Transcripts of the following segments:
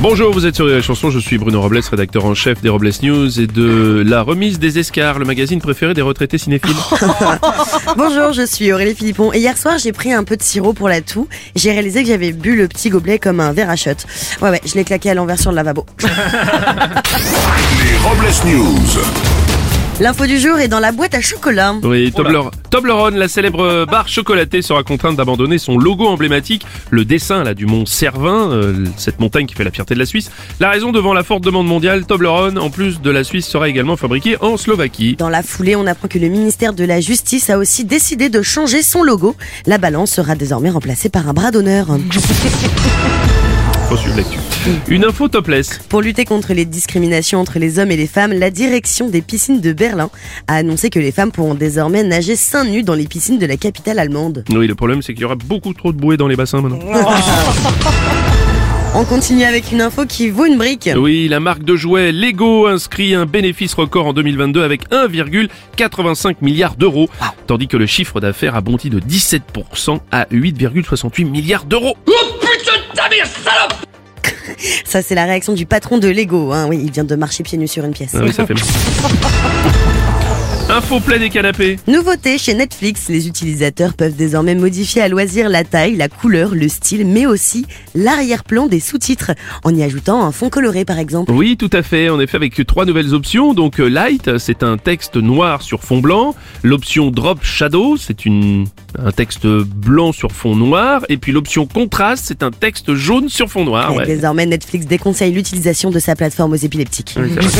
Bonjour, vous êtes sur les chansons, je suis Bruno Robles, rédacteur en chef des Robles News et de La Remise des Escars, le magazine préféré des retraités cinéphiles. Bonjour, je suis Aurélie Philippon et hier soir j'ai pris un peu de sirop pour la toux. J'ai réalisé que j'avais bu le petit gobelet comme un verre à shot. Ouais ouais, je l'ai claqué à l'envers sur le lavabo. Les Robles News. L'info du jour est dans la boîte à chocolat. Oui, Tobler- Toblerone, la célèbre barre chocolatée, sera contrainte d'abandonner son logo emblématique, le dessin là du mont Cervin, euh, cette montagne qui fait la fierté de la Suisse. La raison devant la forte demande mondiale, Toblerone, en plus de la Suisse, sera également fabriquée en Slovaquie. Dans la foulée, on apprend que le ministère de la Justice a aussi décidé de changer son logo. La balance sera désormais remplacée par un bras d'honneur. Faut suivre l'actu. Une info topless. Pour lutter contre les discriminations entre les hommes et les femmes, la direction des piscines de Berlin a annoncé que les femmes pourront désormais nager seins nus dans les piscines de la capitale allemande. Oui, le problème c'est qu'il y aura beaucoup trop de bouées dans les bassins maintenant. On continue avec une info qui vaut une brique. Oui, la marque de jouets Lego inscrit un bénéfice record en 2022 avec 1,85 milliard d'euros, tandis que le chiffre d'affaires a bondi de 17% à 8,68 milliards d'euros. Ça, c'est la réaction du patron de Lego. Hein. Oui, il vient de marcher pieds nus sur une pièce. Ah oui, ça fait mal. Info plein des canapés. Nouveauté chez Netflix, les utilisateurs peuvent désormais modifier à loisir la taille, la couleur, le style, mais aussi l'arrière-plan des sous-titres, en y ajoutant un fond coloré par exemple. Oui, tout à fait. En effet, avec trois nouvelles options. Donc euh, Light, c'est un texte noir sur fond blanc. L'option Drop Shadow, c'est une un texte blanc sur fond noir. Et puis l'option Contrast, c'est un texte jaune sur fond noir. Et Ah Ouais. Désormais, Netflix déconseille l'utilisation de sa plateforme aux épileptiques. Oui, c'est vrai.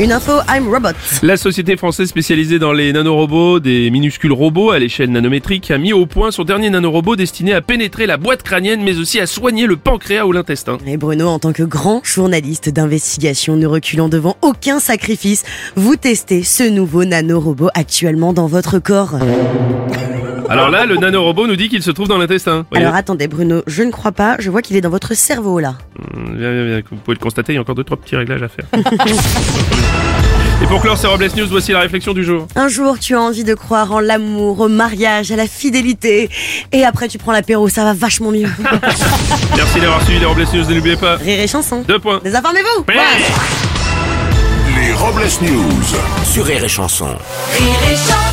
Une info, I'm Robot. La société française spécialisée dans les nanorobots, des minuscules robots à l'échelle nanométrique, a mis au point son dernier nanorobot destiné à pénétrer la boîte crânienne mais aussi à soigner le pancréas ou l'intestin. Et Bruno, en tant que grand journaliste d'investigation, ne reculant devant aucun sacrifice, vous testez ce nouveau nano-robot actuellement dans votre corps. Alors là, le nanorobot nous dit qu'il se trouve dans l'intestin. Voyez. Alors attendez Bruno, je ne crois pas, je vois qu'il est dans votre cerveau là. Hum, viens, viens, viens, Vous pouvez le constater, il y a encore deux, trois petits réglages à faire. Et pour clore ces Robles News, voici la réflexion du jour. Un jour tu as envie de croire en l'amour, au mariage, à la fidélité, et après tu prends l'apéro, ça va vachement mieux. Merci d'avoir suivi les Robles News, et n'oubliez pas, Rire et chanson. deux points. Désinformez-vous Les Robles News. Sur Rire et Chanson. Rire et chanson.